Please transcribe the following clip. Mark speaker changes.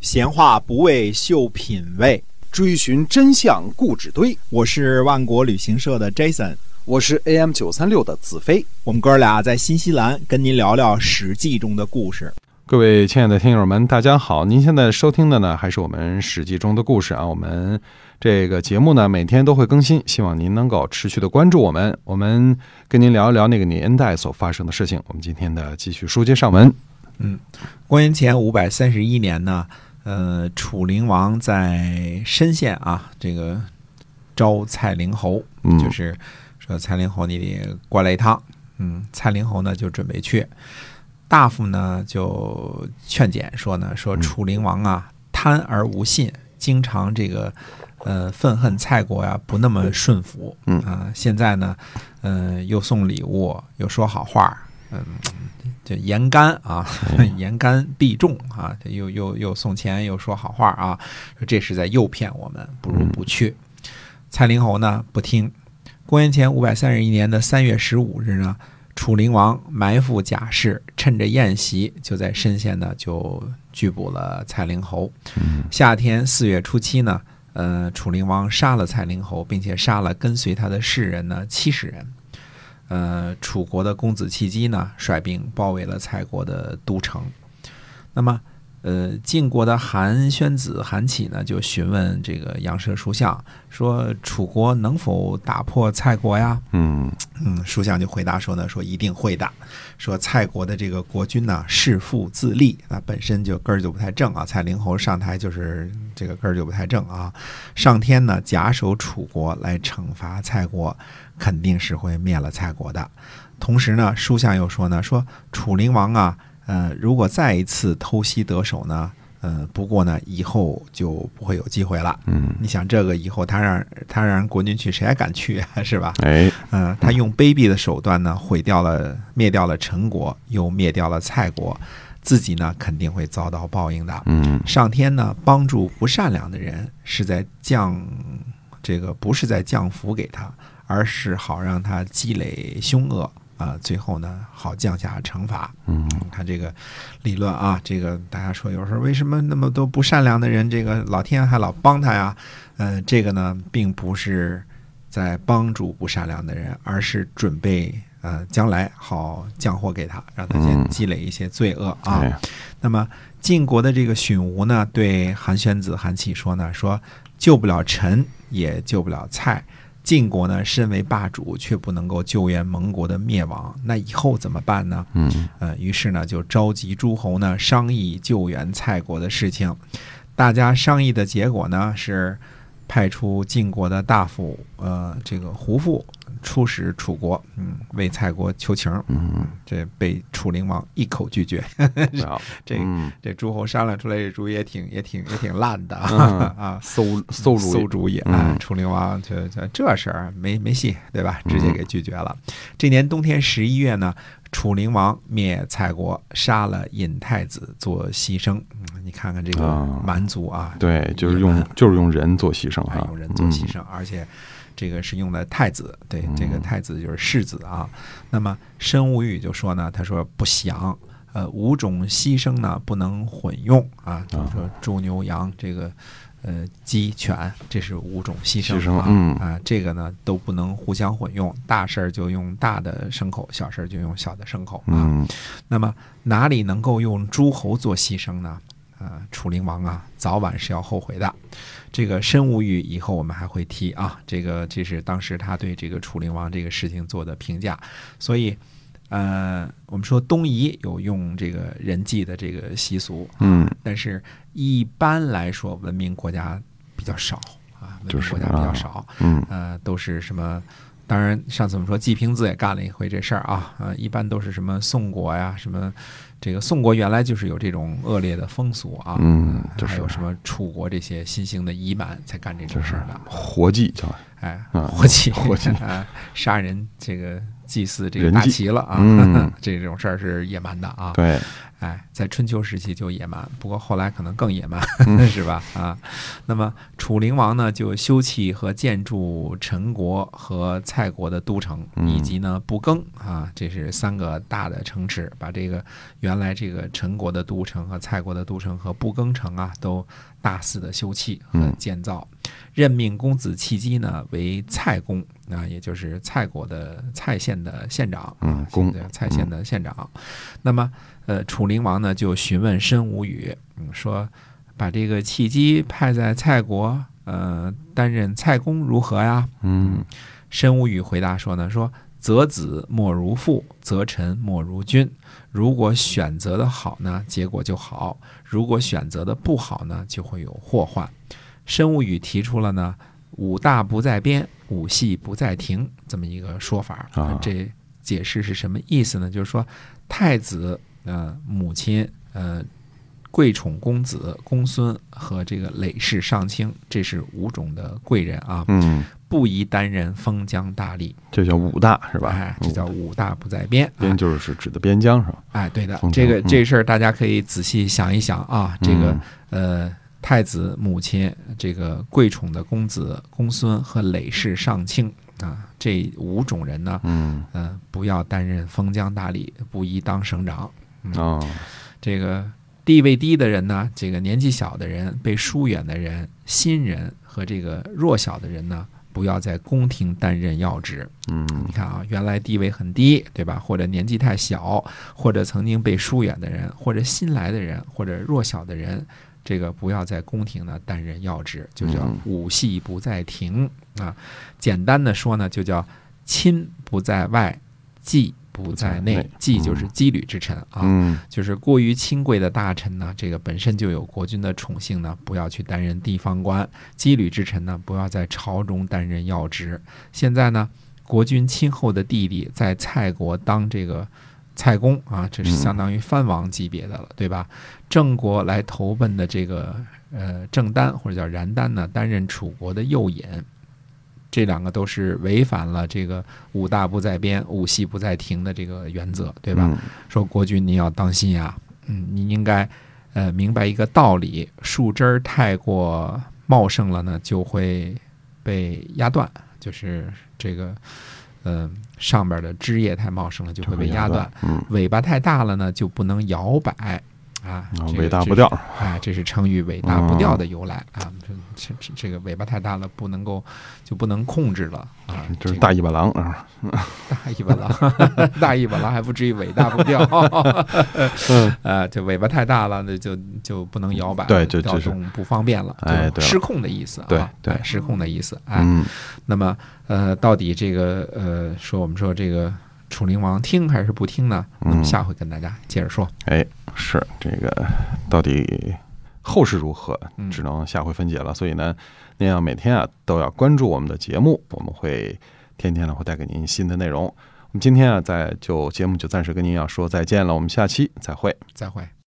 Speaker 1: 闲话不为秀品味，
Speaker 2: 追寻真相故纸堆。
Speaker 1: 我是万国旅行社的 Jason，
Speaker 2: 我是 AM 九三六的子飞。
Speaker 1: 我们哥俩在新西兰跟您聊聊《史记》中的故事。
Speaker 3: 各位亲爱的听友们，大家好！您现在收听的呢，还是我们《史记》中的故事啊。我们这个节目呢，每天都会更新，希望您能够持续的关注我们。我们跟您聊一聊那个年代所发生的事情。我们今天的继续书接上文。
Speaker 1: 公元前五百三十一年呢，呃，楚灵王在深县啊，这个招蔡灵侯，
Speaker 3: 嗯
Speaker 1: 就是说蔡灵侯你得过来一趟。嗯，蔡灵侯呢就准备去，大夫呢就劝谏说呢，说
Speaker 3: 嗯
Speaker 1: 楚灵王啊贪而无信，经常这个呃愤恨蔡国呀、不那么顺服。
Speaker 3: 嗯
Speaker 1: 啊、现在呢，嗯，又送礼物，又说好话，嗯，这言干啊， 言干必中啊，这又又又送钱，又说好话啊，说这是在诱骗我们，不如不去。蔡灵侯呢不听。公元前五百三十一年的三月十五日呢，楚灵王埋伏贾氏，趁着宴席就在深县呢就拘捕了蔡灵侯。
Speaker 3: 嗯
Speaker 1: 夏天四月初七呢，呃，楚灵王杀了蔡灵侯，并且杀了跟随他的士人呢七十人。呃，楚国的公子弃机呢，率兵包围了蔡国的都城。那么，呃，晋国的韩宣子韩起呢，就询问这个杨舍叔相，说楚国能否打破蔡国呀？
Speaker 3: 嗯
Speaker 1: 嗯，书相就回答说呢，说一定会的，说蔡国的这个国君呢弑父自立，那本身就根儿就不太正啊。蔡灵侯上台就是这个根儿就不太正啊。上天呢假手楚国来惩罚蔡国，肯定是会灭了蔡国的。同时呢，书相又说呢，说楚灵王啊，呃，如果再一次偷袭得手呢，呃，不过呢以后就不会有机会了。
Speaker 3: 嗯，
Speaker 1: 你想这个以后他让他让人国君去，谁还敢去啊？是吧？
Speaker 3: 哎，
Speaker 1: 嗯，他用卑鄙的手段呢，毁掉了、灭掉了陈国，又灭掉了蔡国，自己呢肯定会遭到报应的。
Speaker 3: 嗯
Speaker 1: 上天呢帮助不善良的人，是在降这个不是在降福给他，而是好让他积累凶恶啊、最后呢好降下惩罚。
Speaker 3: 嗯
Speaker 1: 看这个理论啊，这个大家说有时候为什么那么多不善良的人，这个老天还老帮他呀？呃，这个呢，并不是在帮助不善良的人，而是准备呃将来好降祸给他，让他先
Speaker 3: 嗯
Speaker 1: 积累一些罪恶啊。
Speaker 3: 哎，
Speaker 1: 那么晋国的这个荀吴呢，对韩宣子韩起说呢，说救不了陈，也救不了蔡。晋国呢，身为霸主，却不能够救援盟国的灭亡，那以后怎么办呢？
Speaker 3: 嗯
Speaker 1: 呃，于是呢就召集诸侯呢商议救援蔡国的事情。大家商议的结果呢是派出晋国的大夫呃这个胡父出使楚国，嗯，为蔡国求情儿，
Speaker 3: 嗯，
Speaker 1: 这被楚灵王一口拒绝。
Speaker 3: 不要
Speaker 1: 这
Speaker 3: 嗯
Speaker 1: 这诸侯商量出来，这主意也挺也挺也挺烂的
Speaker 3: 嗯
Speaker 1: 啊 啊。
Speaker 3: 馊馊主
Speaker 1: 馊
Speaker 3: 意，
Speaker 1: 主意啊！
Speaker 3: 嗯
Speaker 1: 楚灵王就就这事儿没没戏，对吧？直接给拒绝了。这年冬天十一月呢，楚灵王灭蔡国，杀了尹太子做牺牲。嗯你看看这个
Speaker 3: 啊
Speaker 1: 蛮族啊，
Speaker 3: 对，就是
Speaker 1: 野
Speaker 3: 用
Speaker 1: 蛮
Speaker 3: 就是用人做牺牲
Speaker 1: 还
Speaker 3: 哈，
Speaker 1: 哎
Speaker 3: 嗯
Speaker 1: 有人做牺牲，而且这个是用的太子，对，这
Speaker 3: 嗯
Speaker 1: 个太子就是世子啊。那么申无欲就说呢，他说不祥，呃，五种牺牲呢不能混用啊，就是说猪牛羊这个。呃，鸡犬这是五种牺牲
Speaker 3: 牺牲
Speaker 1: 啊、
Speaker 3: 嗯
Speaker 1: 啊，这个呢都不能互相混用，大事儿就用大的牲口，小事儿就用小的牲口啊。
Speaker 3: 嗯，
Speaker 1: 那么哪里能够用诸侯做牺牲呢？啊，楚灵王啊，早晚是要后悔的。这个申无欲以后我们还会提啊，这个这是当时他对这个楚灵王这个事情做的评价。所以，呃，我们说东夷有用这个人祭的这个习俗，
Speaker 3: 嗯，
Speaker 1: 但是一般来说文明国家比较少啊，文
Speaker 3: 就
Speaker 1: 明
Speaker 3: 是
Speaker 1: 国家比较
Speaker 3: 啊
Speaker 1: 少。
Speaker 3: 嗯
Speaker 1: 呃，都是什么？当然，上次我们说季平子也干了一回这事儿啊，呃，一般都是什么宋国呀，什么这个宋国原来就是有这种恶劣的风俗啊，
Speaker 3: 嗯
Speaker 1: 呃
Speaker 3: 就
Speaker 1: 还有
Speaker 3: 是
Speaker 1: 什么楚国这些新兴的夷蛮才干这种事儿的，
Speaker 3: 活计叫
Speaker 1: 哎，
Speaker 3: 嗯
Speaker 1: 火起
Speaker 3: 活计
Speaker 1: 啊，杀人这个祭祀这个
Speaker 3: 人
Speaker 1: 大
Speaker 3: 祭
Speaker 1: 旗了啊，
Speaker 3: 嗯
Speaker 1: 这种事儿是野蛮的啊。
Speaker 3: 对，
Speaker 1: 哎，在春秋时期就野蛮，不过后来可能更野蛮，
Speaker 3: 嗯
Speaker 1: 是吧？啊，那么楚灵王呢，就修葺和建筑陈国和蔡国的都城，
Speaker 3: 嗯
Speaker 1: 以及呢不更啊，这是三个大的城池，把这个原来这个陈国的都城和蔡国的都城和不更城啊，都大肆的修葺和
Speaker 3: 嗯
Speaker 1: 建造，任命公子契机呢为蔡公啊，也就是蔡国的蔡县的县长啊，
Speaker 3: 嗯公
Speaker 1: 对蔡县的县长。那么，呃，楚灵王呢就询问申无宇，嗯，说把这个契机派在蔡国，呃，担任蔡公如何呀？
Speaker 3: 嗯
Speaker 1: 申无宇回答说呢，说择子莫如父，择臣莫如君。如果选择的好呢，结果就好；如果选择的不好呢，就会有祸患。申无宇提出了呢“五大不在边，五系不在庭”这么一个说法
Speaker 3: 啊
Speaker 1: 这解释是什么意思呢？就是说，太子呃母亲呃贵宠公子、公孙和这个累世上卿，这是五种的贵人啊。
Speaker 3: 嗯，
Speaker 1: 不宜担任封疆大吏，
Speaker 3: 这叫五大是吧？嗯
Speaker 1: 哎，这叫五大不在边。啊
Speaker 3: 边就是是指的边疆是吧？
Speaker 1: 哎，对的
Speaker 3: 封，疆
Speaker 1: 这个
Speaker 3: 嗯
Speaker 1: 这事儿大家可以仔细想一想啊。这个
Speaker 3: 嗯
Speaker 1: 呃，太子母亲，这个贵宠的公子、公孙和累世上卿啊，这五种人呢，
Speaker 3: 嗯
Speaker 1: 呃，不要担任封疆大吏，不宜当省长。
Speaker 3: 嗯哦
Speaker 1: 这个地位低的人呢，这个年纪小的人、被疏远的人、新人和这个弱小的人呢，不要在宫廷担任要职。
Speaker 3: 嗯
Speaker 1: 你看啊，原来地位很低，对吧？或者年纪太小，或者曾经被疏远的人，或者新来的人，或者弱小的人，这个不要在宫廷呢担任要职，就叫
Speaker 3: 嗯
Speaker 1: 武戏不在庭啊。简单的说呢，就叫亲不在外，忌不在
Speaker 3: 不在
Speaker 1: 内
Speaker 3: 内。
Speaker 1: 忌就是羁旅之臣啊，
Speaker 3: 嗯
Speaker 1: 就是过于亲贵的大臣呢，这个本身就有国君的宠幸呢，不要去担任地方官；羁旅之臣呢，不要在朝中担任要职。现在呢，国君亲厚的弟弟在蔡国当这个蔡公啊，这是
Speaker 3: 嗯
Speaker 1: 相当于藩王级别的了，对吧？郑国来投奔的这个呃郑丹或者叫然丹呢，担任楚国的右尹。这两个都是违反了这个“五大不在边，五系不在庭”的这个原则，对吧？
Speaker 3: 嗯
Speaker 1: 说国君您要当心呀、嗯，您应该呃明白一个道理，树枝儿太过茂盛了呢，就会被压断，就是这个嗯、呃上边的枝叶太茂盛了就会被压断，
Speaker 3: 嗯
Speaker 1: 尾巴太大了呢就不能摇摆。啊，
Speaker 3: 啊
Speaker 1: 这个
Speaker 3: 尾大
Speaker 1: 这
Speaker 3: 不掉
Speaker 1: 是哎，这是成语“尾大不掉”的由来、啊。这这这个尾巴太大了，不能够就不能控制了啊。
Speaker 3: 这
Speaker 1: 这
Speaker 3: 是
Speaker 1: 个
Speaker 3: 大尾巴狼啊，
Speaker 1: 大尾巴狼， 大尾巴狼还不至于尾大不掉，
Speaker 3: 嗯
Speaker 1: 呃，这尾巴太大了，那就就不能摇摆，
Speaker 3: 对就
Speaker 1: 调
Speaker 3: 就是
Speaker 1: 动不方便了，
Speaker 3: 哎
Speaker 1: 就
Speaker 3: 对了
Speaker 1: 失控的意思啊，
Speaker 3: 对对
Speaker 1: 哎失控的意思，哎，
Speaker 3: 嗯
Speaker 1: 那么呃，到底这个呃，说我们说这个楚灵王听还是不听呢？那么
Speaker 3: 嗯
Speaker 1: 下回跟大家接着说，
Speaker 3: 哎是这个到底后事如何，
Speaker 1: 嗯
Speaker 3: 只能下回分解了。所以呢，您要每天啊都要关注我们的节目，我们会天天呢会带给您新的内容。我们今天啊在就节目就暂时跟您要说再见了，我们下期再会。
Speaker 1: 再会。